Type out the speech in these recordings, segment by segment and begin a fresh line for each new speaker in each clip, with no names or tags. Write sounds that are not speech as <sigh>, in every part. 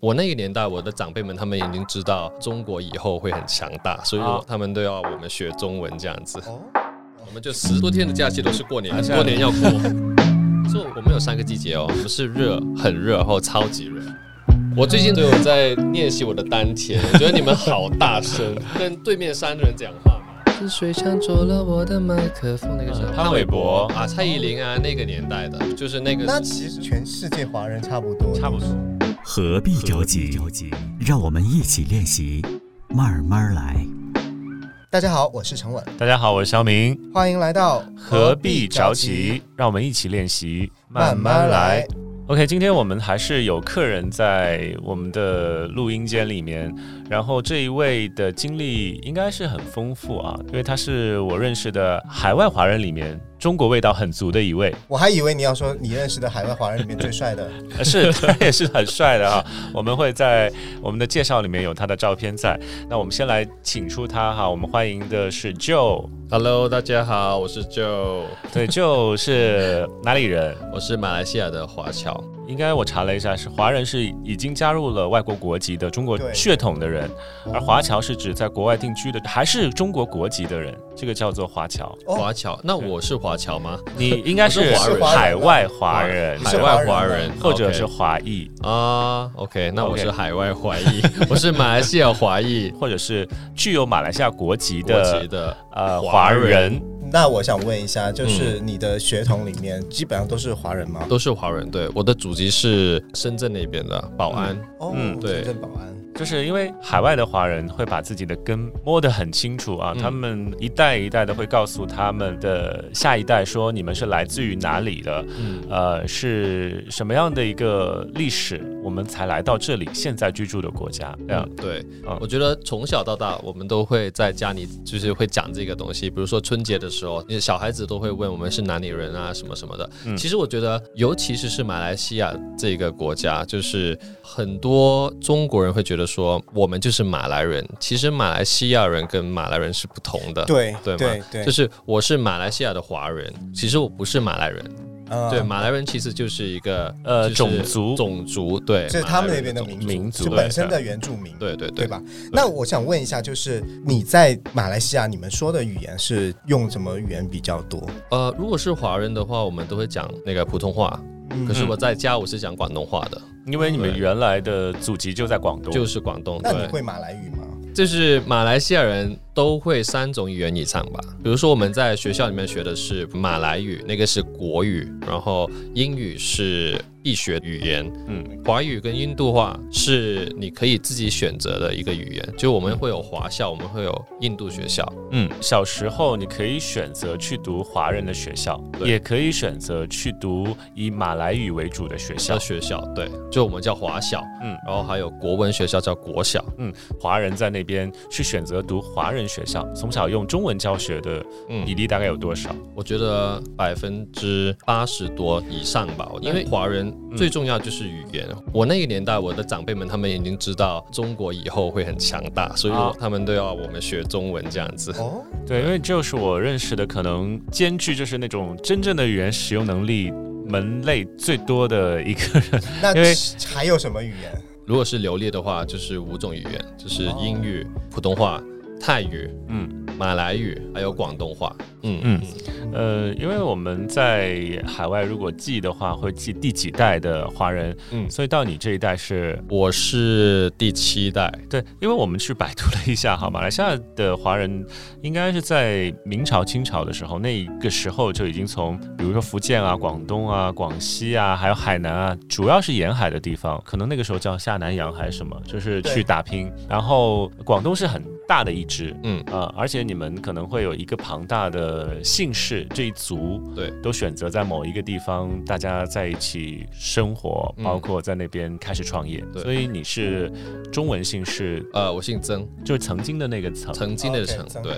我那个年代，我的长辈们他们已经知道中国以后会很强大，所以说他们都要我们学中文这样子。
哦
我们就十多天的假期都是过年，
嗯
过年要过。所以我们有三个季节哦，我们是热、很热，然后超级热。我最近都有在练习我的丹田，我觉得你们好大
<laughs>
声，跟对面山的人讲话。是谁抢走了我的麦克风？那个是
潘玮柏
啊，蔡依林啊，那个年代的，就是那个
那其实全世界华人差不多，
差不多。
何必着急？让我们一起练习，慢慢来。
大家好，我是陈稳，
大家好，我是肖明。
欢迎来到
何必着急？？让我们一起练习，
慢慢来。。
OK，今天我们还是有客人在我们的录音间里面，然后这一位的经历应该是很丰富啊，因为他是我认识的海外华人里面中国味道很足的一 <laughs> 位，
我还以为你要说你认识的海外华人里面最帅的，
呃是他也是很帅的啊。我们会在我们的介绍里面有他的照片在。那我们先来请出他哈，我们欢迎的是 Joe，
Hello，大家好，我是 Joe，
对，Joe 是哪里人？
我是马来西亚的华侨。
应该我查了一下，是华人是已经加入了外国国籍的中国
对
血统的人，而华侨是指在国外定居的，还是中国国籍的人，这个叫做华侨。
哦
华侨，那我是华侨吗？
你应该是
我是华人
海外华人，
你
海
是
海外
华
外
人
华
吗
人，
或者
OK
是华裔，
啊，OK，那我
OK
是海外华裔， <laughs> 我是马来西亚华裔
或者是具有马来西亚国籍
国籍
的
的
呃
华
华
人
人。
那我想问一下，就是你的血统里面基本上都是华人吗？
都是华人。对，我的祖籍是深圳那边的宝安。
哦，
嗯
对
深圳保安，
就是因为海外的华人会把自己的根摸得很清楚啊，
嗯
他们一代一代的会告诉他们的下一代说你们是来自于哪里的，
嗯
呃，是什么样的一个历史，我们才来到这里现在居住的国家？
嗯
这样，
对
啊，
我觉得从小到大，我们都会在家里就是会讲这个东西。比如说春节的时候，你小孩子都会问我们是哪里人啊，什么什么的。
嗯
其实我觉得，尤其是是马来西亚这个国家，就是很多中国人会觉得说我们就是马来人。其实马来西亚人跟马来人是不同的。
对
呃对
对
吗
对，
就是是我是马来西亚的华人，其实我不是马来人。
嗯
对，马来人其实就是一个
呃
就是
种族
种族对，
这是他们那边的
马来人
民族，
民族
就
对
本身的原住民，
种族对对
对？吧？那我想问一下，就是你在马来西亚，你们说的语言是用什么语言比较多？
呃，如果是华人的话，我们都会讲那个普通话，
嗯
可是我在家我是讲广东话的，
因为你们
对
原来的祖籍就在广东，
就是广东
那你
对，
会马来语吗？
就是马来西亚人都会三种语言以上吧。比如说我们在学校里面学的是马来语，那个是国语，然后英语是必学语言，
嗯，
华语跟印度话是你可以自己选择的一个语言，就我们会有华校，我们会有印度学校，
嗯，小时候你可以选择去读华人的学校，
对
也可以选择去读以马来语为主的学校
叫。学校，对，就我们叫华校，
嗯
然后还有国文学校叫国校，
嗯，华人在那边去选择读华人学校，从小用中文教学的
嗯
比例大概有多少？
我觉得百分之八十多以上吧，因为华人最重要就是语言。我那个年代，我的长辈们他们已经知道中国以后会很强大，所以
啊
他们都要我们学中文这样子。
哦，
对，因为就是我认识的，可能兼具就是那种真正的语言使用能力门类最多的一个人。
那
因为
还有什么语言？
如果是流利的话，就是五种语言，就是英语、普通话、泰语、
嗯
马来语，还有广东话。嗯
嗯，呃，因为我们在海外如果记的话，会记第几代的华人，
嗯
所以到你这一代是。
我是第七代，
对，因为我们去百度了一下哈，马来西亚的华人应该是在明朝、清朝的时候，那个时候就已经从比如说福建啊、广东啊、广西啊，还有海南啊，主要是沿海的地方，可能那个时候叫下南洋还是什么，就是去
对
打拼。然后广东是很大的一支，
嗯
啊、而且你们可能会有一个庞大的姓氏这一族，
对
都选择在某一个地方，大家在一起生活，
嗯
包括在那边开始创业。
对
所以你是中文姓氏，
呃，我姓曾，
就是曾经的那个曾。
曾经的
OK，
曾，
曾
对，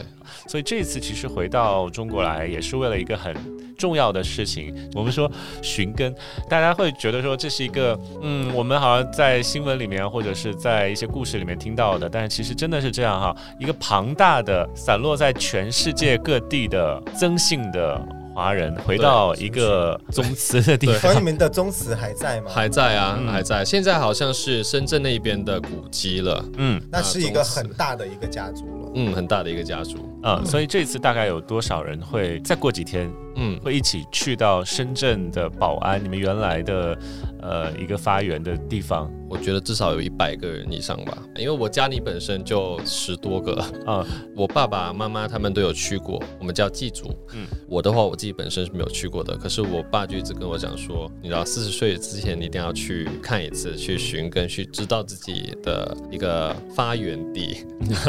所以这次其实回到中国来，也是为了一个很重要的事情。我们说寻根，大家会觉得说这是一个，嗯，我们好像在新闻里面或者是在一些故事里面听到的，但是其实真的是这样哈，一个庞大的散落在全世界各地的曾姓的。华人回到一个宗祠的地
所以
方
你。们的宗祠还在吗？
还在啊，
嗯
还在。现在好像是深圳那边的古迹了，
嗯
那是一个很
宗祠
大的一个家族了。
嗯，很大的一个家族，
啊、所以这次大概有多少人会再过几天
嗯，
会一起去到深圳的宝安，你们原来的呃一个发源的地方
我觉得至少有一百个人以上吧，因为我家里本身就十多个， <laughs>
<laughs> 啊、
我爸爸妈妈他们都有去过，我们叫祭祖。
嗯
嗯，我的话我自己本身是没有去过的，可是我爸就一直跟我讲说，你知道四十岁之前你一定要去看一次，去寻根，去知道自己的一个发源地，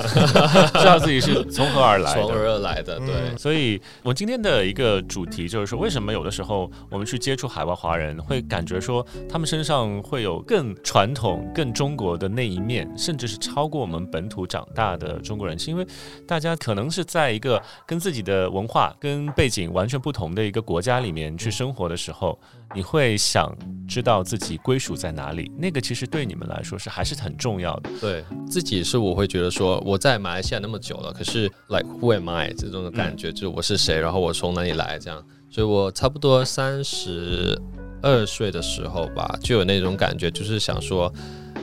知道自己是从何而来
从
的。
而而来的。对，
嗯
所以，我今天的一个主题就是说，为什么有的时候我们去接触海外华人，会感觉说他们身上会有更传统、更中国的那一面，甚至是超过我们本土长大的中国人，是因为大家可能是在一个跟自己的文化、跟背景完全不同的一个国家里面去生活的时候，你会想知道自己归属在哪里。那个其实对你们来说是还是很重要的。
对自己是我会觉得说我在马来西亚那么久了，可是 like who am I 这种的感
嗯
觉，就是我是谁，然后我从哪里来这样，所以我差不多三十二岁的时候吧，就有那种感觉，就是想说。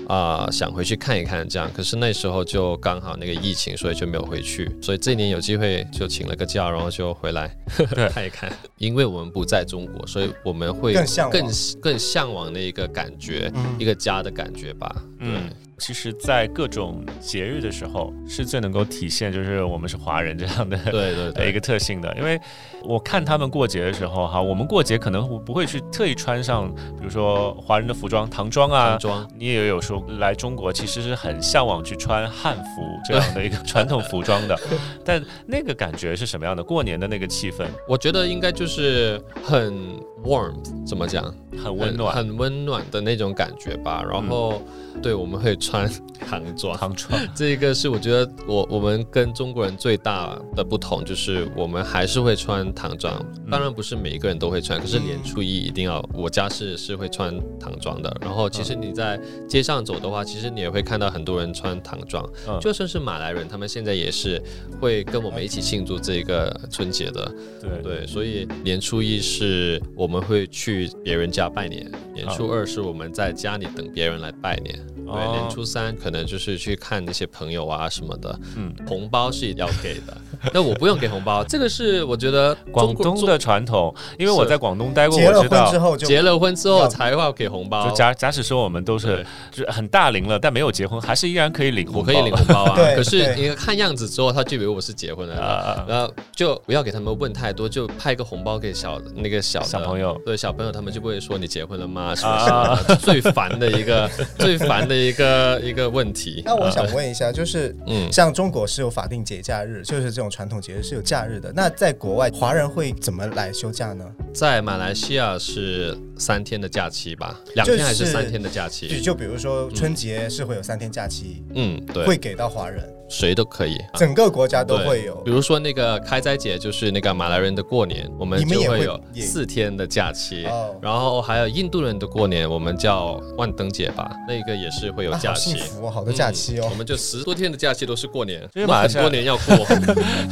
啊、想回去看一看这样，可是那时候就刚好那个疫情，所以就没有回去。所以这一年有机会就请了个假，然后就回来
对
<laughs> 看一看。因为我们不在中国，所以我们会
更向往
更更向往的一个感觉，
嗯
一个家的感觉
<laughs>
吧。对
嗯，其实，在各种节日的时候，是最能够体现就是我们是华人这样的呃
对对对，
一个特性的，因为我看他们过节的时候哈，我们过节可能我不会去特意穿上，比如说华人的服装、唐装啊
唐。装。
你也有说来中国其实是很向往去穿汉服这样的一个传统服装
<laughs>
的，但那个感觉是什么样的？过年的那个气氛
我觉得应该就是很 warm，怎么讲？
很温暖，嗯
很温暖的那种感觉吧。然后，对，我们会穿唐装，
唐装，
这个是我觉得我我们跟中国人最大的不同，就是我们还是会穿唐装。
嗯
当然不是每一个人都会穿，可是年初一一定要，我家是是会穿唐装的。然后其
嗯
实你在街上走的话，其实你也会看到很多人穿唐装，
嗯
就算是马来人，他们现在也是会跟我们一起庆祝这个春节的。
对
<laughs> 对，所以年初一是我们会去别人家拜年，年初二是我们在家里等别人来拜年，
哦
对，年初三可能就是去看那些朋友啊什么的，
嗯，
红包是要给的， <laughs> 但我不用给红包，这个是我觉得
广
中国
东的传统，因为我
是
在广东待过，
结了
我知
婚
道
之。后就
结了婚之后
要
才要给红包
就，假假使说我们都是
对
就是很大龄了，但没有结婚，还是依然可以领红包。
我可以领红
<laughs>
包啊，
对
可是
对
你看样子之后，他就以为我是结婚了。
啊，
然后就不要给他们问太多，就派个红包给小那个小的
小朋友
对小朋友，他们就不会说你结婚了吗？什么什么
啊
的，最烦的一
<laughs>
个最烦的一个一个问题。
那我想问一下，就是
嗯
像中国是有法定节假日，就是这种传统节日是有假日的。那在国外，华人会怎么来休假呢？
在马来西亚是三天的假期吧，两
就是
天还是三天的假
就
期？
就比如说春节是会有三天假期，
嗯，对，
会给到华人，
谁都可以。
整个国家都
对
会有
比。如说那个开斋节，就是那个马来人的过年，我们
你们
就
也会
有
也
四天的假期
哦，
然后还有印度人的过年，我们叫万灯节吧，那个也是会有
啊，
假
好
期嗯
幸。福哦，好多假期哦
我。们就十多天的假期都是过年，我
因为
们
马来
很
西亚
多年要过。
<laughs>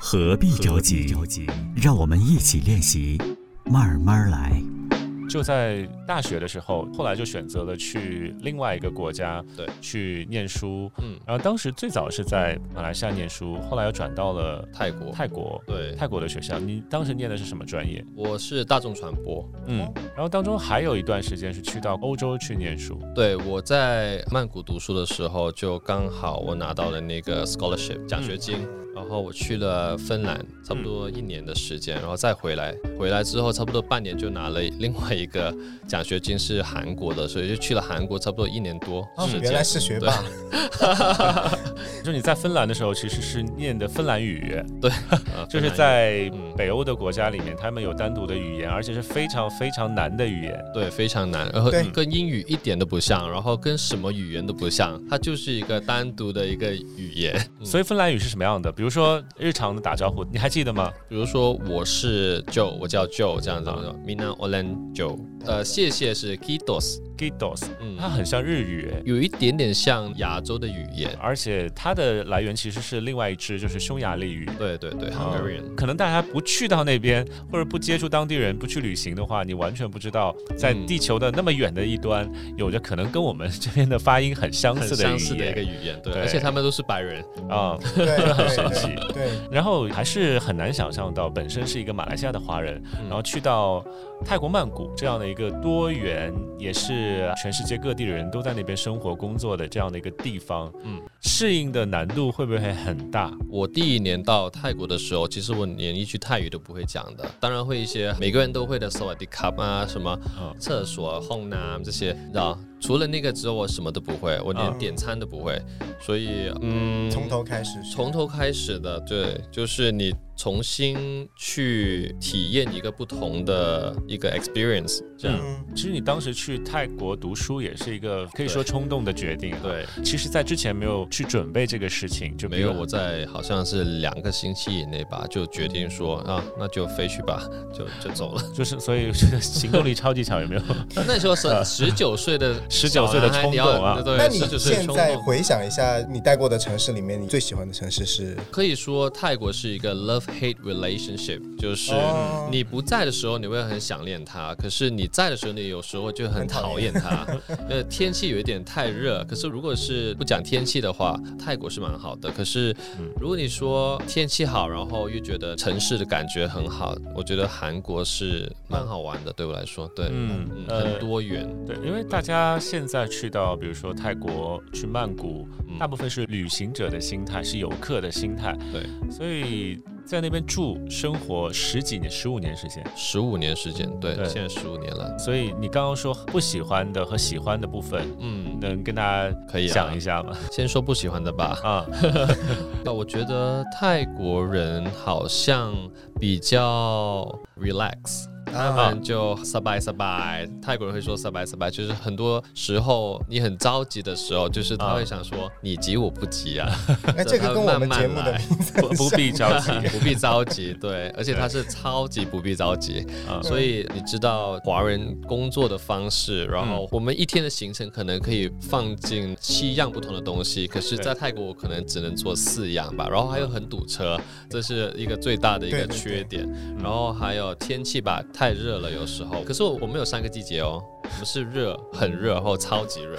何必着急？让我们一起练习，慢慢来。
就在大学的时候，后来就选择了去另外一个国家，
对，
去念书。
嗯，
然后当时最早是在马来西亚念书，后来又转到了
泰国，
泰国，
对，
泰国的学校。你当时念的是什么专业？
我是大众传播，
嗯，然后当中还有一段时间是去到欧洲去念书。
对，我在曼谷读书的时候，就刚好我拿到了那个 scholarship 奖学金，
嗯
然后我去了芬兰，差不多一年的时间，然后再回来，回来之后差不多半年就拿了另外一个奖学金是韩国的，所以就去了韩国差不多一年多
哦
时
原
间。
来是学霸，
<laughs>
<laughs>
就你在芬兰的时候，其实是念的芬兰语，
呃
就
芬
是
兰语
在
嗯
北欧的国家里面，他们有单独的语言，而且是非常非常难的语言。
对非常难，然后
对
跟英语一点都不像，然后跟什么语言都不像，它就是一个单独的一个语言。 <laughs>
所
以，
以芬兰语是什么样的？比如说日常的打招呼，你还记得吗？
比如说我是 Joe，我叫 Joe 这样子，我说 Mina Olen Joe，呃，谢谢是 Kitos。
Gidos，
嗯
它很像日语，
有一点点像亚洲的语言。
而且它的来源其实是另外一支，就是匈牙利语。
对对对
啊
，Hungarian。
可能大家不去到那边，或者不接触当地人，不去旅行的话，你完全不知道在
嗯
地球的那么远的一端，有着可能跟我们这边的发音很相
很
似的
相
语
似的一个
言
语言，对，
对
而且他们都是白人，
啊。
<laughs>
对对
很神奇
对对，
然后还是很难想象到，本身是一个马来西亚的华人，
嗯
然后去到泰国曼谷这样的一个多元，也是全世界各地的人都在那边生活工作的这样的一个地方，
嗯，
适应的难度会不会很大？
我第一年到泰国的时候，其实我连一句泰语都不会讲的，当然会一些每个人都会的 s a w a d i k a 啊，什么
嗯
厕所、h o n 啊这些，你知道？除了那个之后，我什么都不会，我连
嗯
点餐都不会，所以嗯，
从头开始学，
从头开始的，对，就是你重新去体验一个不同的一个 experience，这样、
嗯
其实你当时去泰国读书也是一个可以说冲动的决定、啊。，
对。
其实，在之前没有去准备这个事情，就比
没
如
有，我在好像是两个星期以内吧，就决定说啊，那就飞去吧，就就走了。
就是，所以我 <laughs> 觉得行动力超级强，有没有？
那时候是十九岁的
19岁的
小男孩
冲
你要
动啊
对，
那
19
你
岁的
现
冲
在
动
回想一下，你待过的城市里面，你最喜欢的城市是？
可以说泰国是一个 love hate relationship，就是
哦
你不在的时候你会很想念他，可是你在的时候你有时候就很讨厌他。 <laughs> 呃，天气有一点太热，可是如果是不讲天气的话，泰国是蛮好的。可是如果你说天气好，然后又觉得城市的感觉很好，我觉得韩国是蛮好玩的，对我来说，对，
嗯
嗯，
呃
很多元，
<laughs> 对，因为大家现在去到，比如说泰国、去曼谷，
嗯
大部分是旅行者的心态，是游客的心态，
对，
所以在那边住、生活十几年、十五年时间。
十五年时间，对，
对
现在十五年了，
所以你刚刚说不喜欢的和喜欢的部分，
嗯，
能跟大家
可以啊
想一下吗？
先说不喜欢的吧。
<laughs> 啊，
那我觉得泰国人好像比较 relax，他
啊，
们就 s a b a i s a b a i 泰国人会说 s a b a i s a b a i 就是很多时候你很着急的时候，就是他会想说、你急我不急啊，
哎，这个跟我们节目
慢
的
慢来
名字
不不必着急
<laughs> 不必着急，对，而且他是超级不必着急，
啊，
所以你知道华人工作的方式，然后我们一天的行程可能可以放进七样不同的东西，可是，
对
在泰国我可能只能做四样
嗯
吧，然后还有很堵车，这是一个最大的一个
对对对
缺点，
嗯
然后还有天气吧，太热了有时候，可是我我们有三个季节哦，我们是热、很热，然后超级热，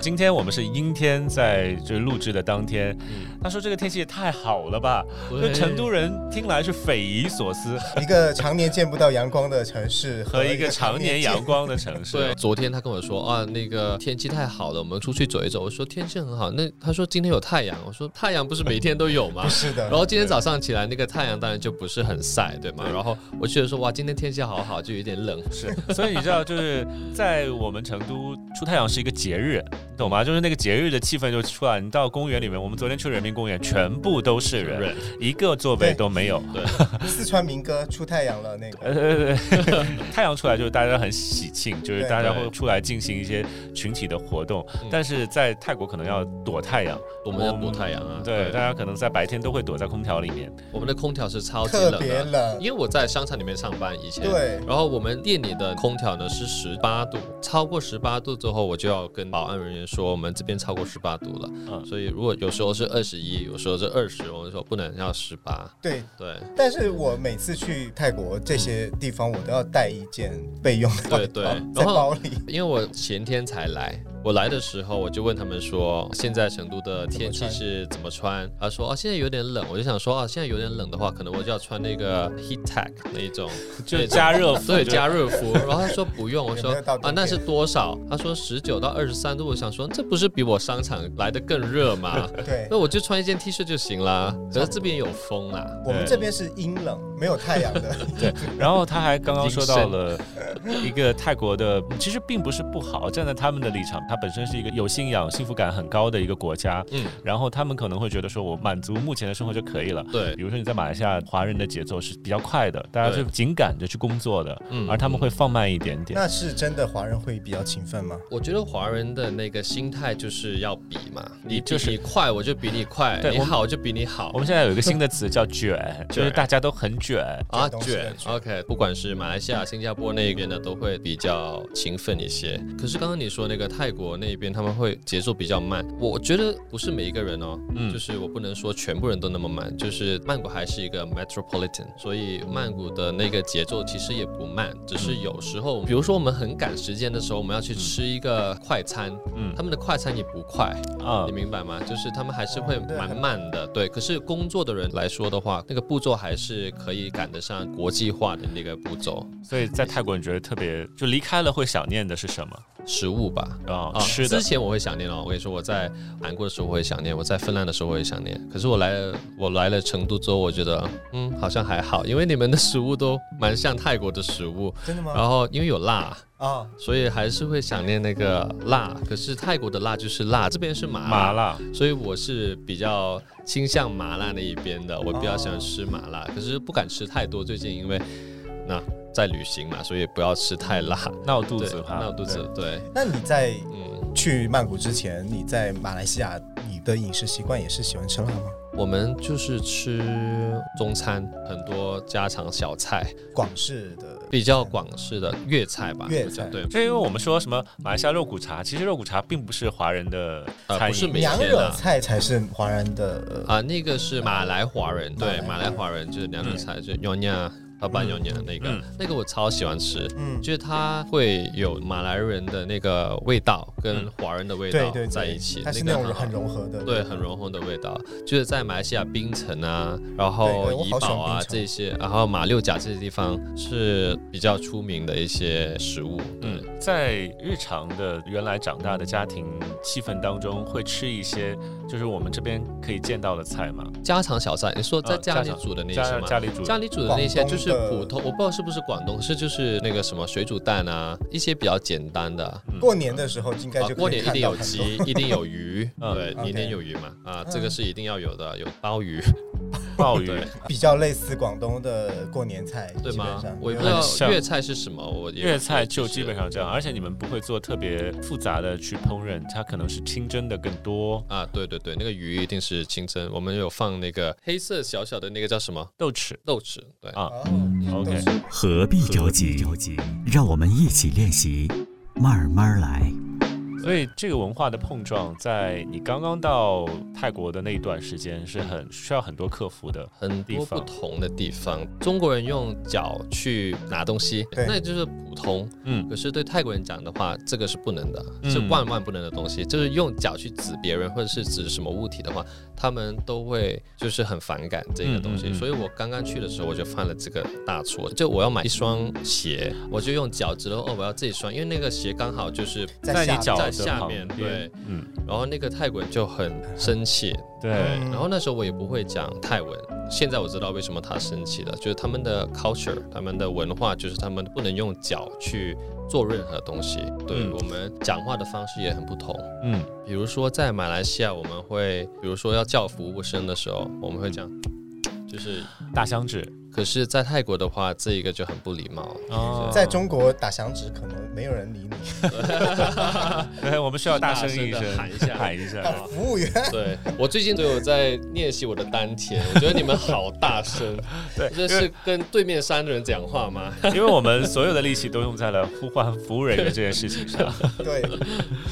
今天我们是阴天，在这录制的当天，他说这个天气也太好了吧？这 <laughs> 成都人听来是匪夷所思，
<laughs> 一个常年见不到阳光的城市
和一个常
<laughs>
年
见
阳光的城 <laughs> 市。
对，昨天他跟我说啊，那个天气太好了，我们出去走一走。我说天气很好，那他说今天有太阳，我说太阳不是每天都有吗？
是的
然，后今天早上起来，那个太阳当然就不是很晒，对吗？然后我觉得说，哇，今天天气好好，就有点冷。
是，所以你知道，就是在我们成都出太阳是一个节日，你懂吗？就是那个节日的气氛就出来。你到公园里面，我们昨天去人民公园，全部都是人，
人
一个座位都没有。
<laughs> 四川民歌出太阳了那个。
呃，对对对太阳出来就是大家很喜庆，就是
对
大家
对
会出来进行一些群体的活动
嗯。
但是在泰国可能要躲太阳，
我们要躲太阳啊，
对，大家可能在白天都会躲在空调里面。
我们的空调是超级
特
冷
别
的。
冷，
因为我在商场里面上班以前，
对
然后我们店里的空调呢是十八度，超过十八度之后，我就要跟保安人员说我们这边超过十八度了，
嗯
所以如果有时候是二十一，有时候是二十，我们说不能要十八，
对。
对，
但是我每次去泰国这些地方，我都要带一件备用的外套哦
对对
<laughs> 在
然后
包里。
因为我前天才来，我来的时候我就问他们说，现在成都的天气是怎么穿？他说啊，现在有点冷，我就想说啊，现在有点冷的话，可能我就要穿那个 heat tech 那一种，
<laughs> 就是加热服
对
就
加热服。然后他说不用，我说
有没有到冬
啊
天
那是多少？他说十九到二十三度，我想说这不是比我商场来的更热吗？
对
那，我就穿一件 T 恤就行啦。可是这边有风啊，
我们这边是阴冷，没有太阳的。
然后他还刚刚说到了一个泰国的，其实并不是不好，站在他们的立场，它本身是一个有信仰、幸福感很高的一个国家。
嗯，
然后他们可能会觉得说，我满足目前的生活就可以了。
对
比，如说你在马来西亚，华人的节奏是比较快的，大家
对
是紧赶着去工作的，
嗯
而他们会放慢一点点。
<laughs> 那是真的华人会比较勤奋吗？
我觉得华人的那个心态就是要比嘛，你
就
就是是你快我就比你快，
对
你
我们
好我就比你好
我。们现在有一个新的词叫“卷”，就是大家都很卷。
啊
这个东西
卷
的卷
，OK，不管是马来西亚、新加坡那边呢都会比较勤奋一些。可是刚刚你说那个泰国那边他们会节奏比较慢，我觉得不是每一个人哦，
嗯
就是我不能说全部人都那么慢，就是曼谷还是一个 metropolitan，所以曼谷的那个节奏其实也不慢，只是有时
嗯
候，比如说我们很赶时间的时候，我们要去吃一个快餐，
嗯
他们的快餐也不快，
啊
你明白吗？就是他们还是会
对
蛮
很
慢的，对。可是工作的人来说的话，那个步骤还是可以赶得上国际化的那个步骤。
所以在泰国你觉得特别就离开了会想念的是什么
食物吧，
啊
啊，？
吃的
之前我会想念哦，我跟你说，我在韩国的时候我会想念，我在芬兰的时候我会想念。可是我来了，我来了成都之后，我觉得嗯，好像还好，因为你们的食物都蛮像泰国的食物，
真的吗？
然后因为有辣。
啊，
所以还是会想念那个辣，可是泰国的辣就是辣，这边是麻辣
麻辣
所以我是比较倾向麻辣那一边的，我比较喜欢吃麻辣，可是不敢吃太多。最近因为那在旅行嘛，所以不要吃太辣，
闹肚
对
子啊哈，
闹肚子。对，
那你在
嗯，
去曼谷之前，你在马来西亚，你的饮食习惯也是喜欢吃辣吗？
我们就是吃中餐，很多家常小菜，
广式的
比较广式的粤菜吧，
粤
比较
菜
对，
就因为我们说什么马来西亚肉骨茶，其实肉骨茶并不是华人的
呃
餐
不是
饮，
每
娘
天
惹
啊。
菜才是华人的
啊，那个是马来华人，对，
马
马
来
来华人就是两种菜，就是 nyonya、爸爸 nyonya 那个
嗯，
那个我超喜欢吃，
嗯
就是它会有马来人的那个味道跟华人的味
对
道
对
在一起，
它是
个
那种
好
很融合的，
对很融合的味道，就是在马来西亚槟城啊，然
对对
后
我
怡
好喜欢
保啊
槟城
这些，然后马六甲这些地方是比较出名的一些食物，嗯。
嗯，在日常的原来长大的家庭气氛当中，会吃一些就是我们这边可以见到的菜嘛，
家常小菜，你说在
呃
啊
家
家
里
常
煮的那些
家
吗？
家里煮的
家里煮的那些
广
就
东的
是普通，我不知道是不是广东，是就是那个什么水煮蛋啊，一些比较简单的。啊，
过年的时候应该就
过
可以
年一
看
定
到
有
很多
鸡， <laughs> 一定有
<laughs>
鱼，
嗯
对，
OK 嗯
年年有余嘛，啊，这个是一定要有的，有鲍鱼，
鲍
<laughs>
鱼。
对
比较类似广东的过年菜，
对
基本
吗
上？
我也不知
因为
道
很像
粤菜是什么，我也
粤菜就
就是
基本上这样，而且你们不会做特别复杂的去烹饪，它可能是清蒸的更多，
啊，对对对，那个鱼一定是清蒸，我们有放那个黑色小小的那个叫什么
豆豉
豆豉，对
啊
哦
OK
都是
何必着急？让我们一起练习，慢慢来。
所以这个文化的碰撞，在你刚刚到泰国的那一段时间是很需要很多克服的。
很
地
多
方
不同的地方。中国人用脚去拿东西，
对
那就是普通。
嗯
可是对泰国人讲的话，这个是不能的，
嗯
是万万不能的东西。就是用脚去指别人或者是指什么物体的话，他们都会就是很反感这个东西。
嗯嗯嗯
所以我刚刚去的时候，我就犯了这个大错。就我要买一双鞋，我就用脚指了哦，我要这一双，因为那个鞋刚好就是
在
在
你
下
脚
面
在
的
下
旁
面
边
对，
嗯，
然后那个泰国人就很生气，
对，
嗯
然后那时候我也不会讲泰文，现在我知道为什么他生气了，就是他们的 culture，他们的文化就是他们不能用脚去做任何东西。对、
嗯
我们讲话的方式也很不同，
嗯，
比如说在马来西亚，我们会比如说要叫服务生的时候，我们会讲，就是。
大香指
可是，在泰国的话，这一个就很不礼貌。
哦
在中国打响指可能没有人理你，
对，哎我们需要大声一
大声地
声
喊一下
喊一下。
啊服务员
对我最近都有在练习我的丹田，我觉得你们好大声，
对
这是跟对面山的人讲话吗？
因为我们所有的力气都用在了呼唤服务人员这件事情上。
对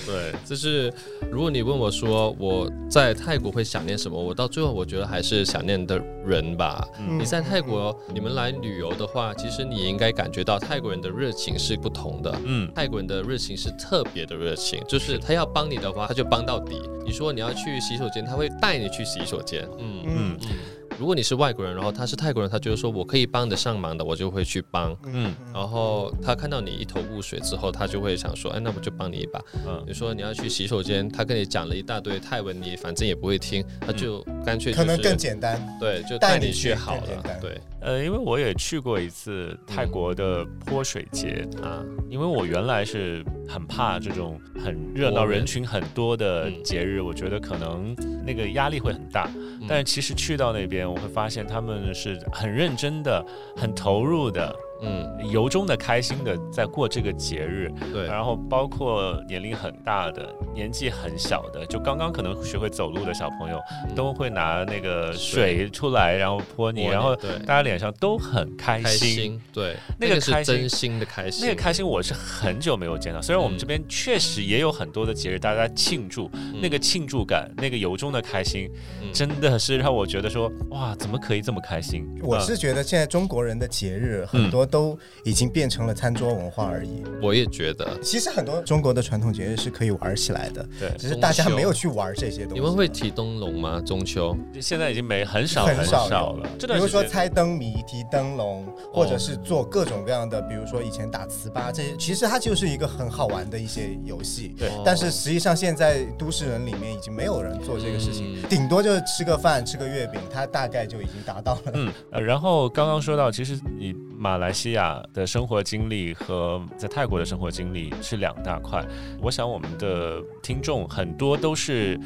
对，就是如果你问我说我在泰国会想念什么，我到最后我觉得还是想念的人吧。
嗯
你在泰国，你们来旅游的话，其实你应该感觉到泰国人的热情是不同的。
嗯，
泰国人的热情是特别的热情，就是他要帮你的话，他就帮到底。你说你要去洗手间，他会带你去洗手间。嗯
嗯
嗯。如果你是外国人，然后他是泰国人，他觉得说我可以帮得上忙的，我就会去帮。
嗯
然后他看到你一头雾水之后，他就会想说，哎，那我就帮你一把。
嗯
你说你要去洗手间，他跟你讲了一大堆泰文，你反正也不会听，他就干脆、就是、
可能更简单，
对，就
带
带
你
你
去
去好
更简
了
单。
对
呃，因为我也去过一次泰国的泼水节，
啊，
因为我原来是很怕这种很热闹、
多人
人群很多的
嗯
节日，我觉得可能那个压力会很大。但是其实去到那边，我会发现他们是很认真的、很投入的
嗯，
由衷的开心的在过这个节日，
对，
然后包括年龄很大的、年纪很小的，就刚刚可能学会走路的小朋友，
嗯
都会拿那个
水
水出来，然后泼你，
泼你
然后
对
大家脸上都很开
开
心。
心，对，
那
那
个
个是
开心
真心的开心，
那个开心我是很久没有见到，虽然我们这边确实也有很多的节日，大家庆祝，那个庆祝感，那个由衷的开心，
嗯
真的是让我觉得说，哇，怎么可以这么开心？
我
呃
是觉得现在中国人的节
嗯
日很多都已经变成了餐桌文化而已。
我也觉得。
其实很多中国的传统节日是可以玩起来的，
对
只是大家没有去玩这些东西。
你们会提灯笼吗？中秋
现在已经没很少
很
少
少有
了，这
比
段
如
时
说
间哦
猜灯谜、提灯笼，或者是做各种各样的，比如说以前打糍粑这些，其实它就是一个很好玩的一些游戏。
对
但是实际上现在都市人里面已经没有人做这个事情，
嗯
顶多就是吃个饭、吃个月饼，它大概就已经达到了。
嗯，呃然后刚刚说到，其实你马来西亚的生活经历和在泰国的生活经历是两大块。我想我们的听众很多都是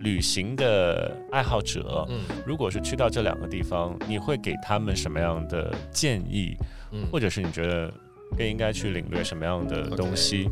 旅行的爱好者，
嗯
如果是去到这两个地方，你会给他们什么样的建议，
嗯
或者是你觉得更应该去领略什么样的东西？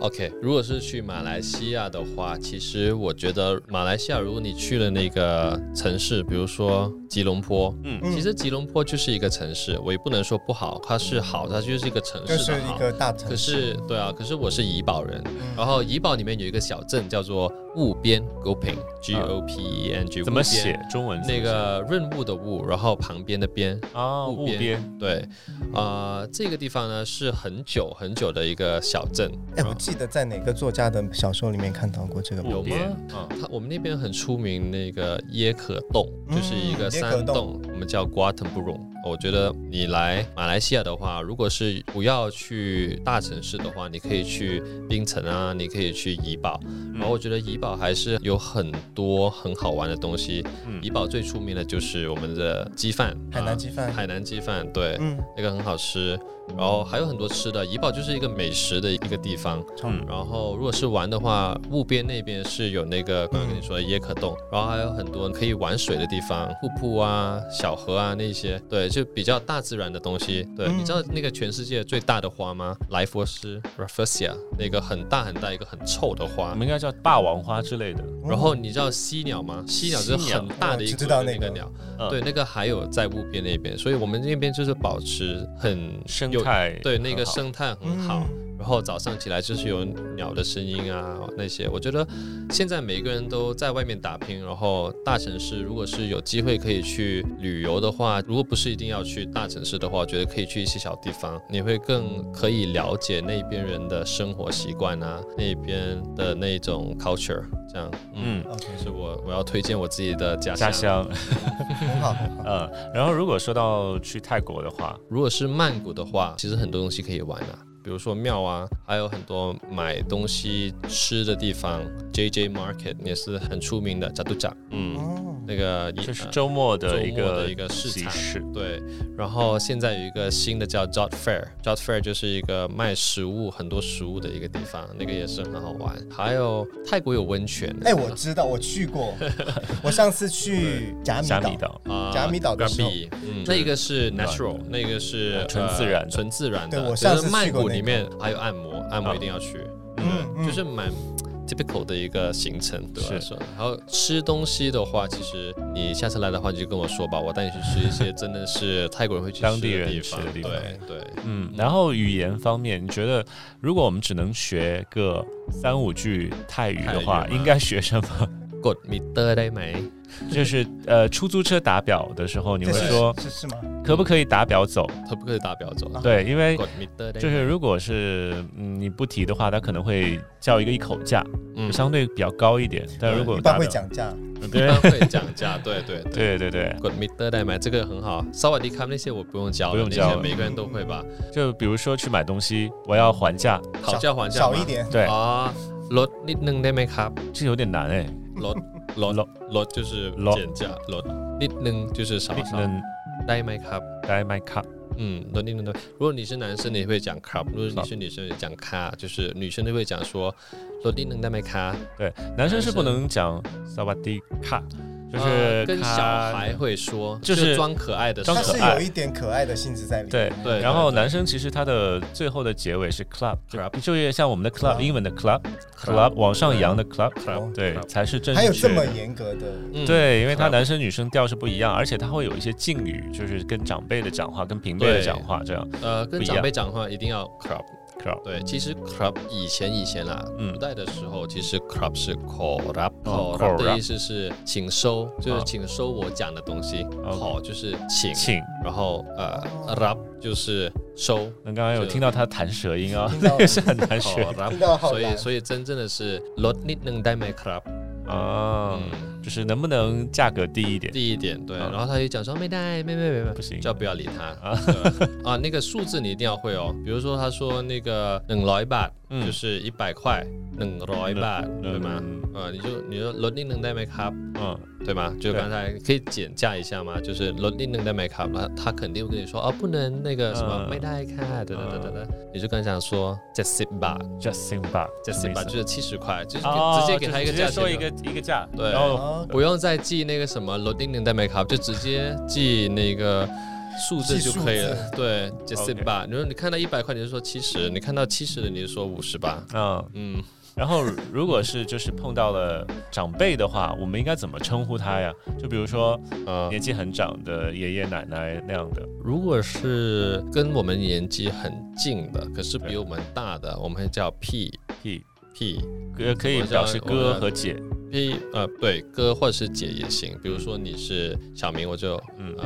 ，OK。如果是去马来西亚的话，其实我觉得马来西亚，如果你去了那个城市，比如说吉隆坡，
嗯
嗯
其实吉隆坡就是一个城市，我也不能说不好，它是好，它就是一个城
就
市
是
的
一
好。
个大城
可
市，嗯
是，对啊，可是我是怡保人，然后怡保里面有一个小镇叫做雾边 （Gopeng），G O P E N G，
啊怎么写？中文怎么
那
写
个润物的物，然后旁边的边，
啊，
路
雾
边
边
对，啊、这个地方呢是很久很久的一个小镇，
哎，我记得在哪个作家的小说里面看到过这个。
雾
有
边
吗
啊，
它我们那边很出名那个椰壳洞，
嗯
就是一个
椰壳
山
洞
洞，我们叫 g u a t a m b u r u n 我觉得你来马来西亚的话，如果是不要去大城市的话，你可以去槟城啊，你可以去怡保。
嗯
然后我觉得怡保还是有很多很好玩的东西。
嗯
怡保最出名的就是我们的鸡饭，
海南
啊
鸡饭
海南鸡饭，对，
嗯，
那个很好吃。然后还有很多吃的，怡保就是一个美食的一个地方。
嗯
然后如果是玩的话，雾边那边是有那个刚刚跟你说的椰壳洞，然后还有很多可以玩水的地方，瀑布啊、小河啊那些，对，就比较大自然的东西。对，
嗯
你知道那个全世界最大的花吗？莱佛斯 （Rafflesia） 那个很大很大一个很臭的
我
花
哦
们。应该叫霸王花之类的。
然后你知道犀鸟吗？犀鸟就是很大的一
我
个
知道那
那
个
个鸟，
嗯
对，那个还有在雾边那边，所以我们那边就是保持很
生
有
态
对
很
那个
好
生
嗯
态很嗯好。然后早上起来就是有鸟的声音啊，那些我觉得现在每个人都在外面打拼，然后大城市如果是有机会可以去旅游的话，如果不是一定要去大城市的话，我觉得可以去一些小地方，你会更可以了解那边人的生活习惯啊，那边的那种 culture，这样，嗯，
嗯，
OK，
是我我要推荐我自己的家乡。
家乡。
很好很好。
嗯，然后如果说到去泰国的话，
如果是曼谷的话，其实很多东西可以玩啊，比如说庙啊，还有很多买东西吃的地方，JJ Market 也是很出名的，扎杜扎，嗯，
哦，
那个也
就是嗯周末的一
周末
个
的一个市
集
场
市，
对，然后现在有一个新的叫 Jot Fair，Jot Fair 就是一个卖食物很多食物的一个地方，那个也是很好玩。还有泰国有温泉，
哎，我知道，我去过，我上次去甲米
虾
岛
米，岛，
啊
甲米岛的时候
Krabi，嗯，那个是 natural，那个是
嗯纯自然的
呃纯自然
对我
的。
上
就
次
是
去
曼
过
谷
那
里
个
面还有按摩，按摩
啊
一定要去，
嗯嗯
对，就是蛮 typical 的一个行程，对我来
是
说。然后吃东西的话，其实你下次来的话，你就跟我说吧，我带你去吃一些真的是泰国人会去吃
当地
的
人
地
吃
方
的地方
对对，
嗯，然后语言方面，你觉得如果我们只能学个三五句泰语的话，
泰语吗
应该学什么？ <laughs>
กดมิเตอร์ได้ไหม
就是呃，出租车打表的时候，你
这
会
是
说
是是吗？
可不可以打表走？啊
可不可以打表走？
嗯对，因为
กดมิเตอร์ได้
就是如果是嗯你不提的话，他可能会叫一个一口价，
嗯，
相对比较高一点。但如果
嗯一般
打
会
表，
讲价，
一般会讲价，对对对。
<laughs> 对对对，
กดมิเตอร์ได้ไหม这个很好，萨瓦迪卡那些我不用教了，
不用教
那
了
些每个人都会吧。
嗯
就比如说去买东西，我要还价，
讨价还价
少
嘛
一点。
对，
啊，ลดนิดนึงได้ไหมครับ
这有点难哎。
ลดลด
ลด
ลด就是
ลด
减价，ลดนิดนึง就是少少
能
ได้ไหมครับ
来买卡，
嗯，ลดนิดนึงได้如果你是男生，你会讲 cup；如果
ครับ
你是女生，你讲卡，就是女生就会讲说ลดนิดนึงได้ไหมคะ
对，男生是
男生
不能讲萨瓦迪卡，就是
呃跟小
咖
孩会说，
就是
装可爱的时
装
候，
它
可
是
爱
有一点可爱的性质在里面。
对
对
然后
对对
男生其实他的最后的结尾是 club，就
Club
就有点像我们的 club，
Club
英文的 club club 往上扬的 club，
Club
对，
Club
才是正确。
还有这么严格的，
<laughs> 嗯，
对，因为他
Club
男生女生调是不一样，而且他会有一些敬语，就是跟长辈的讲话，跟平辈的
对
讲话这样。
呃，跟
不一
长
样
辈讲话一定要 club。
club
对，其实 club 以前以前啊啦，
嗯
古代的时候，其实 club 是 call up，
哦
call
call
up 的
up
意思是请收，就
啊
是请收我讲的东西。call 就是请，
哦请，
然后呃 up 就是收。
那刚刚有
是
听到他弹舌音啊 <laughs>
听，到
是很难学
call up，
听到
哦
好
所以
难
所以真正的是 lot need 能带 my club。
哦啊，
嗯，
就是能不能价格低一点？
第一点对，
啊
然后他就讲说没带，没没没没
不。行，
就不要理他
啊
对 <laughs> 啊！那个数字你一定要会哦，比如说他说那个能来吧，
嗯
就是一百块，能来吧，对吗？
嗯
呃，你就你说罗定能带 make up
嗯，
对吗？就
对
刚才可以减价一下吗？就是罗定能带 make up，他他肯定会跟你说哦，不能那个什么
嗯
没带看，等等等等等，你就跟他讲说 just sit back，just
Justin
sit back，
Bieber，Justin
就是七十块，就是
哦
直接给他一个
就直
价
接说一
钱
个
了。
一个价，
对
然后
哦，
不用再记那个什么罗定能带 make up，就直接记那个数字就可以
记数
了。对，just sit
OK
back。你说你看到一百块，你就说七十；你看到七十的，你就说五十吧。
嗯，
嗯，
然后如果是就是碰到了长辈的话，我们应该怎么称呼他呀？就比如说
呃，
年纪很长的爷爷奶奶那样的，
如果是跟我们年纪很近的，可是比我们大的，我们会叫屁
屁
屁
可可以
我叫
表示
我叫
哥和姐，
屁，呃，对，哥或者是姐也行。比如说你是小明，我就
嗯
呃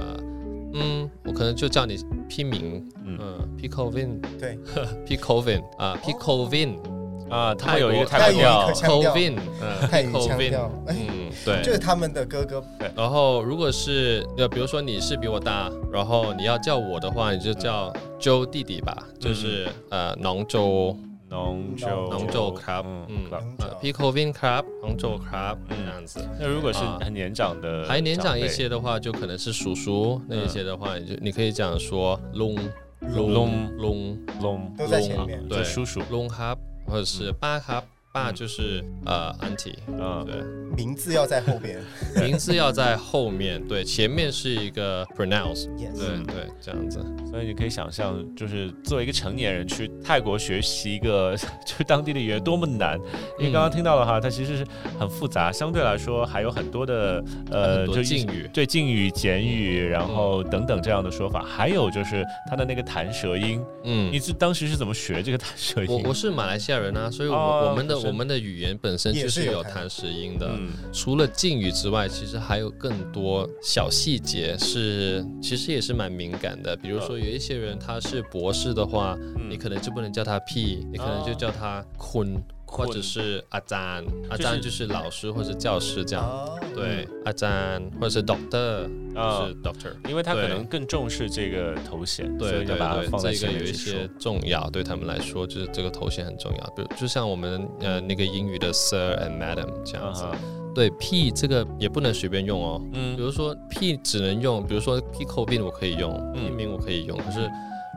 嗯，我可能就叫你屁明，
嗯
嗯、p i c o v i n
对，
p i c o v i n 啊、p i c o v i n
啊，他
泰
们有一个
国
泰
泰
国
国
调
一，个
c o v i n 嗯
泰语腔
Picovin，
调哎
嗯，
就
对。
是他们的哥哥
然后如果是呃，比如说你是比我大，然后你要叫我的话，你就叫周弟弟吧，就是、呃，农州。
农州
龙舟 club，
嗯
嗯
club。
能
呃
找
p i c o v i n Club、杭州 Club
嗯
这样子。
那如果是
啊
很年长的，
还年长一，些的话，就可能是叔叔；那一些的话，你就你可以讲说龙
龙
龙
龙
都在前面。
对
就叔叔，
龙 Club，或者是爸 Club，爸就是呃 auntie。
嗯，
对，
名字要在后边。
名字要在后面，对，前面是一个 pronounce，
Yes，
对对，这样子。
所以你可以想象，就是作为一个成年人去泰国学习一个 <laughs> 就是当地的语言多么难，因为刚刚听到了哈，它其实是很复杂，相对来说还有很多的呃，
很
就
多
一
敬语
对敬语、简语，然后等等这样的说法，还有就是它的那个弹舌音，
嗯
你，是当时是怎么学这个弹舌
我
音？
我是马来西亚人啊，所以我
哦
我们的
本身
我们的语言本身
也
就是是
有
有
弹
弹舌音的，
嗯
除了敬语之外，其实还有更多小细节是，其实也是蛮敏感的。比如说，有一些人他是博士的话，
嗯
你可能就不能叫他屁，你可能就叫他坤，或者是阿詹。阿詹就是老师或者教师这样。
哦，
对，阿詹或者是 doctor，
嗯啊
就是 doctor。
因为他可
对
能更重视这个头衔，所
对
以就
对
把它放在
对，这
前
个
面
有一
去说
些。重要，对他们来说就是这个头衔很重要。比如就像我们呃那个英语的 sir and madam 这样子
啊。哈
对，p 这个也不能随便用哦。比
嗯
如说 P 只能用，比如说 P 口病我可以用，
嗯
地名我可以用，可是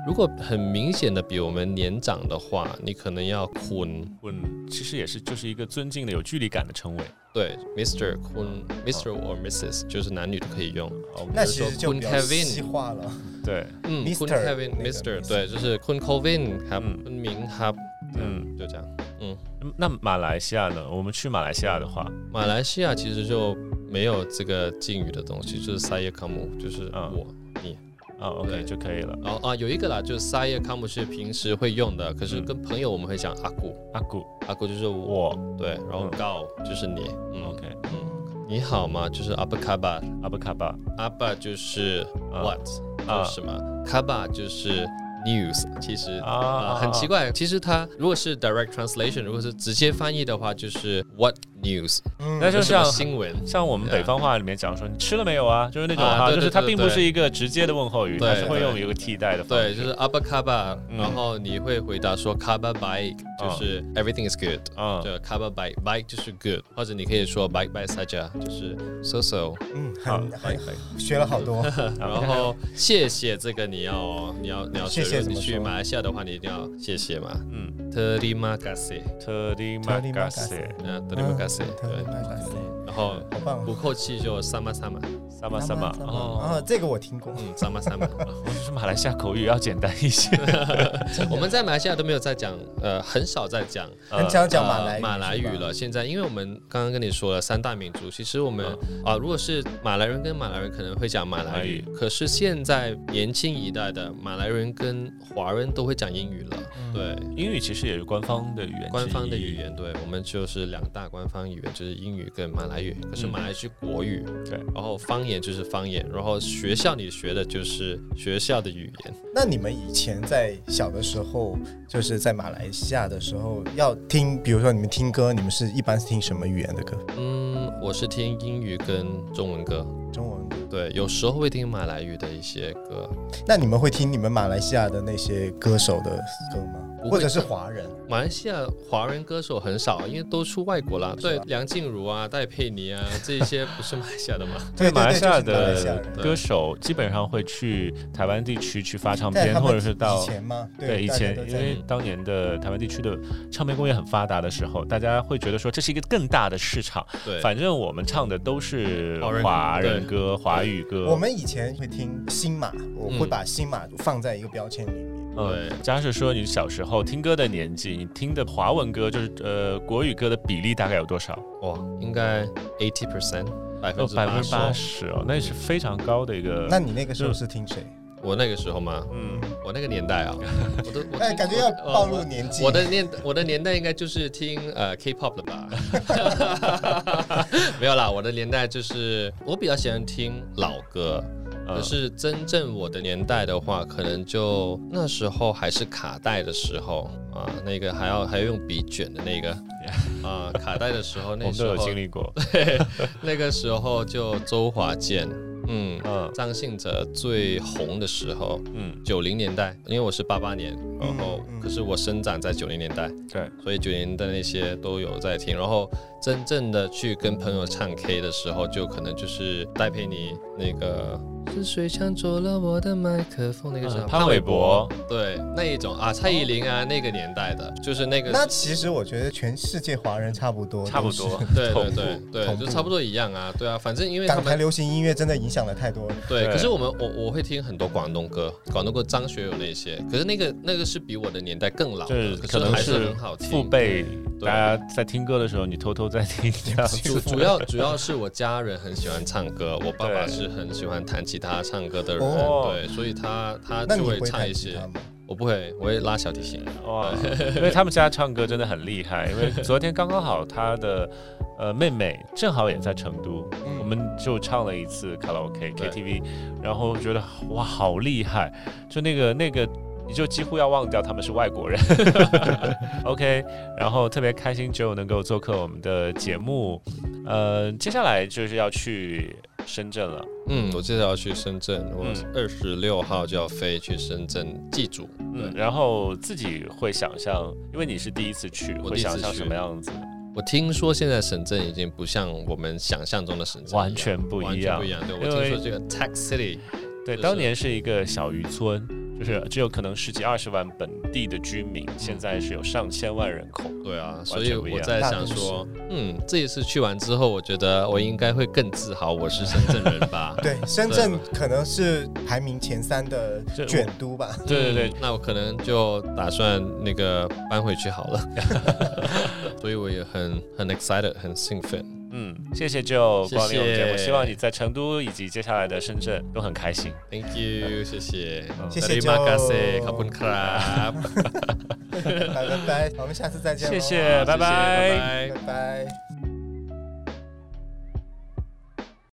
如果很明显的比我们年长的话，你可能要坤，
嗯，其实也是就是一个尊敬的、有距离感的称谓。
对，Mr.
哦
坤，Mr. or Mrs. 就是男女都可以用。
那其实就比
比
较
如说 Kun Kevin
西化了。
对，
嗯
Mr.
坤 Kevin
那个
Mr.
Mr.
对，就是坤 Kevin 哈，
嗯
坤明哈，
嗯，
就这样。
那马来西亚呢？我们去马来西亚的话，
马来西亚其实就没有这个敬语的东西，就是 saya kamu，就是
嗯
我。
啊，OK
对
就可以了。
然后啊，有一个啦，就是 saya kamu 是平时会用的，可是
嗯
跟朋友我们会讲阿古，
阿古，
阿古就是我。
我
对，然后
嗯
告就是你，嗯，
，OK，
你好吗？就是 apa kabar，
阿布卡巴，
a p a 就是呃
啊
what，
啊
就是什么，kabar 就是 news。其实
啊
啊，很奇怪，其实它如果是 direct translation，如果是直接翻译的话，就是 what news，
嗯
那就
什么
像
新闻。
像我们北方话里面讲说你吃了没有啊，就是那种
啊
哈，
对
就是
对
它
对
并
对
不是一个直接的问候语，
对
它是会
对
用有一个替代的方
对，
式。
就是 apa kabar，
啊嗯
然后你会回答说 kabar baik，就
啊
是 everything is good。
啊
就 cover bike bike 就是 good，或者你可以说 bike bike saja 就是 so so，
嗯，
好哎
很很学了好多。
<laughs> 然后谢谢这个你要哦你要你要学
谢谢
如果
怎么
你去
说
马来西亚的话，你一定要谢谢嘛。
嗯，
Terima kasih，
Terima
Terima
kasih，
kasih
嗯，Terima kasih，
嗯
对，
Terima kasih
然后
好棒哦
不客气就 sama sama，
萨玛萨玛，
Sama-sama
哦，
啊，这个我听过。
嗯，sama sama。
<laughs> 就是马来西亚口语要简单一些。
我们在马来西亚都没有在讲，呃，很少在讲
很常讲马
呃
来语
马来语
是吧
了。现在，因为我们刚刚跟你说了三大民族，其实我们啊，如果是马来人跟马来人可能会讲马
马来
来
语
语，可是现在年轻一代的马来人跟华人都会讲英语了，对。
英语其实也是官方的语言之一，
官方的语言，对我们就是两大官方语言，就是英语跟马来语。可是
嗯
马来是国语，
对
然后方言就是方言，然后学校里学的就是学校的语言。
那你们以前在小的时候，就是在马来西亚的时候，要听，比如说你们听歌，你们是一般是听什么语言的歌？
嗯，我是听英语跟中文歌，
中文歌。
对，有时候会听马来语的一些歌。
那你们会听你们马来西亚的那些歌手的歌吗？
不会
或者是华人？
马来西亚华人歌手很少，啊因为都出外国了。对，梁静茹啊、戴佩妮啊，这一些不是马来西亚的 <laughs> 吗？
对对对，
马来西亚
就是马来西亚
的
人。
对
歌手基本上会去台湾地区去发唱
在
片，
他
或
们
者是到
以前吗？
对以
大家
前，
都
因
在
为当年的台湾地区的唱片工业很发达的时候，大家会觉得说这是一个更大的市场。
对，
反正我们唱的都是
华人歌
华人歌、华语歌，
我们以前会听新马，我会
嗯
把新马放在一个标签里面。
嗯
对，
加上说你小时候听歌的年纪，你听的华文歌就是呃国语歌的比例大概有多少？
哇，应该 eighty percent，百分
有
之
百分之八
八十。
十哦，那是非常高的一个。
那你那个时候是听谁？
我那个时候嘛，
嗯，
我那个年代
<laughs>
啊，我都我呃
哎，感觉要暴露年纪。
我的年我的年代应该就是听呃 K-pop 了吧？ <laughs> 没有啦，我的年代就是我比较喜欢听老歌，
呃
可是真正我的年代的话，可能就那时候还是卡带的时候啊，那个还要还要用笔卷的那个啊，卡带的时
<laughs>
候
我
那
们
时
都有
候
经历过。
那个时候就周华健，嗯，
嗯
张信哲最红的时候，
嗯，
九零年代，因为我是八八年，然后
嗯嗯
可是我生长在九零年代，
对，
所以九零的那些都有在听。然后真正的去跟朋友唱 K 的时候，就可能就是戴佩妮那个。呃是谁抢走了我的麦克风？那个是
嗯潘玮柏，
对，那一种啊，蔡依林啊，那个年代的，就是那个，
那其实我觉得全世界华人差不多，
差不多。
对
同
对
步
对对，
同步
就差不多一样啊，对啊，反正因
都
为
是。
他
港
们
台流行音乐真的影响了太多了。
对，
对
可是我们我我会听很多广东歌，广东歌张学友那些，可是那个那个是比我的年代更老
就
的，
是
可
可能
还是
是
很好听。
父辈，
对
大家在听歌的时候，你偷偷在听这
<laughs>
样
主
子。
主要主要是我家人很喜欢唱歌，我爸爸
对
是很喜欢弹吉他唱歌的人，
哦
对，所以他他
那你
就
会
会唱
弹
一
吉
些 <laughs>
他，吗？
我不会，我会拉小提琴。
<laughs> 哇，因为他们家唱歌真的很厉害。因为昨天刚刚好他的呃妹妹正好也在成都，我们就唱了一次卡拉 OK
嗯对
KTV，然后觉得哇好厉害，就那个那个。你就几乎要忘掉他们是外
<laughs>
国人，OK，然后特别开心 Joe 能够做客我们的节目，呃，接下来就是要去深圳了，
嗯，我接下来要去深圳，我
嗯
二十六号就要飞去深圳祭祖。
嗯，然后自己会想象，因为你是第一次去，
我
会
第一次
想象什
去
么样子？
我听说现在深圳已经不像我们想象中的深圳一样，
完全不
完
一
全
样
不一。样。对我
因
听
为
说这个 Tech City，
对，
就是
当年是一个小渔村，就是只有可能十几二十万本地的居民，现在是有上千万人口。
对啊，
嗯全
所
不一
以
样
我在
大
想
都市。
说，嗯，这一次去完之后，我觉得我应该会更自豪我是深圳人吧
<laughs> 对，深圳可能是排名前三的
这
卷都吧。 <laughs>
对对
嗯那我可能就打算那个搬回去好了。 <laughs> 所以我也很很 excited，很兴奋。
嗯，谢谢 Joe
谢
光临我们节目，
谢
希望你在成都以及接下来的深圳都很开心。
Thank you，谢谢，
谢谢
Terima
Joe
kasih, Kapun Krab
拜拜，我们下次再见。
谢谢，
拜
拜拜。
拜
拜。拜。